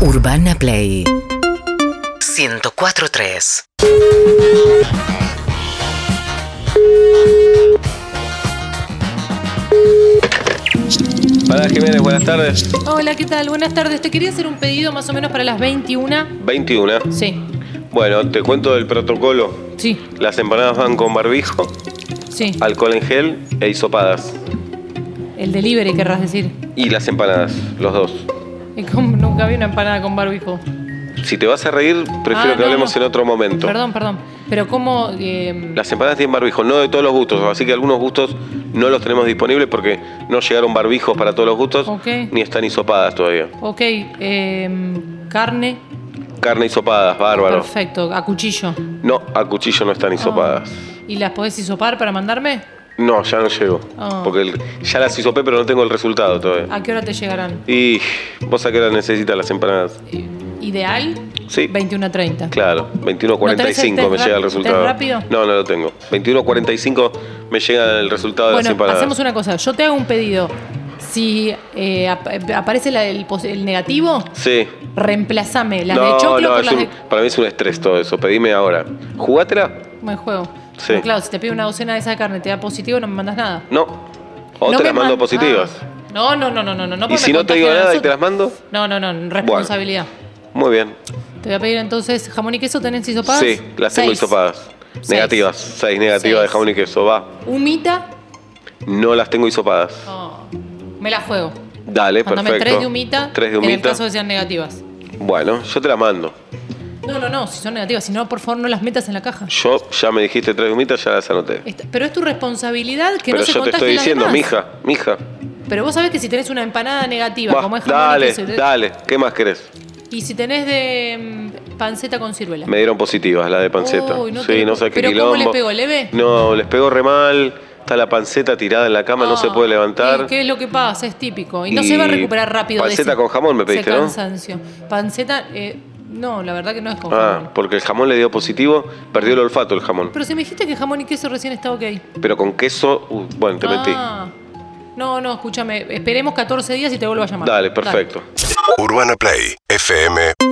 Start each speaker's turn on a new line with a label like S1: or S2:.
S1: Urbana Play 104.3
S2: Hola Jiménez, buenas tardes.
S3: Hola, ¿qué tal? Buenas tardes. Te quería hacer un pedido más o menos para las 21.
S2: 21.
S3: Sí,
S2: Bueno, te cuento del protocolo.
S3: sí,
S2: Las empanadas van con barbijo,
S3: sí.
S2: alcohol en gel e hisopadas.
S3: El delivery querrás decir.
S2: Y las empanadas, los dos.
S3: Y como nunca vi una empanada con barbijo.
S2: Si te vas a reír, prefiero
S3: Ah,
S2: que
S3: no,
S2: hablemos
S3: no.
S2: en otro momento.
S3: Perdón, perdón. Pero cómo... eh,
S2: Las empanadas tienen barbijo, no de todos los gustos, así que algunos gustos no los tenemos disponibles porque no llegaron barbijos para todos los gustos,
S3: Ok.
S2: ni están hisopadas todavía.
S3: ok, eh, carne.
S2: Carne hisopadas, bárbaro.
S3: Perfecto, a cuchillo.
S2: No, a cuchillo no están hisopadas.
S3: Ah. ¿Y las podés hisopar para mandarme?
S2: No, ya no llegó.
S3: Ah.
S2: Porque el- ya las hisopé, pero no tengo el resultado todavía.
S3: ¿A qué hora te llegarán?
S2: Y vos a qué hora necesitas las empanadas.
S3: Eh, ¿Ideal?
S2: Sí.
S3: 21.30.
S2: Claro,
S3: ¿No tenés el
S2: 21.45
S3: test
S2: me llega
S3: rap-
S2: el
S3: test
S2: resultado.
S3: rápido?
S2: No, no lo tengo. 21.45 me llega el resultado de las
S3: Bueno,
S2: empanadas.
S3: hacemos una cosa. Yo te hago un pedido. Si eh, ap- aparece la- el, pos- el negativo,
S2: Sí.
S3: reemplazame las
S2: no,
S3: de choclo
S2: no,
S3: por
S2: es
S3: las
S2: un-
S3: de.
S2: para mí es un estrés todo eso. Pedime ahora. ¿Jugátela?
S3: Buen juego.
S2: Sí.
S3: Pero claro, si te pido una docena de esa carne, te da positivo, no me mandas nada.
S2: No. O
S3: No
S2: te
S3: me
S2: las mando
S3: man-
S2: positivas.
S3: Ah. No, no, no, no, no, no.
S2: y
S3: porque
S2: si
S3: me
S2: no te digo
S3: contagian a
S2: nada y te las
S3: nosotros.
S2: mando,
S3: No, no, no, responsabilidad.
S2: muy bien.
S3: Te voy a pedir entonces jamón y queso, ¿tenés hisopadas?
S2: Sí, las tengo
S3: Seis.
S2: hisopadas.
S3: Seis.
S2: Negativas. Seis negativas de
S3: Seis.
S2: jamón y queso. Va.
S3: Humita,
S2: No las tengo hisopadas.
S3: no, me la juego.
S2: Dale,
S3: Mándame
S2: perfecto.
S3: tres de humita,
S2: Tres de
S3: en el
S2: humita.
S3: caso de sean negativas.
S2: Bueno, yo te las mando.
S3: No, no, no, si son negativas, si no, por favor, no las metas en la caja.
S2: Yo ya me dijiste tres gomitas, ya las anoté.
S3: Esta- Pero es tu responsabilidad que
S2: Pero
S3: no se
S2: yo te
S3: contagien
S2: estoy
S3: las
S2: diciendo,
S3: demás.
S2: mija, mija.
S3: Pero vos sabés que si tenés una empanada negativa,
S2: Va,
S3: como es ¿eh? jamón y
S2: dale,
S3: queso,
S2: dale. ¿Qué más querés?
S3: y si tenés de mm, panceta con ciruela.
S2: Me dieron positivas las de panceta.
S3: Uy, no
S2: sí,
S3: te-
S2: no sé qué
S3: ¿pero cómo
S2: quilombo.
S3: les pegó, leve?
S2: No, les pegó re mal. Está la panceta tirada en la cama, no
S3: Ah,
S2: se puede levantar.
S3: ¿y ¿Qué es lo que pasa? Es típico. Y no se va a
S2: Y
S3: recuperar rápido de
S2: panceta
S3: ese-
S2: con jamón me
S3: ese
S2: pediste, ¿no?
S3: cansancio. Panceta, eh, no, la verdad que no es con
S2: Ah,
S3: jamón.
S2: porque el jamón le dio positivo, perdió el olfato el jamón.
S3: Pero si me dijiste que jamón y queso recién está ok.
S2: Pero con queso, uh, bueno, te mentí.
S3: Ah. No, no, escúchame. Esperemos 14 días y te vuelvo a llamar.
S2: Dale, perfecto.
S4: UrbanaPlayFM.com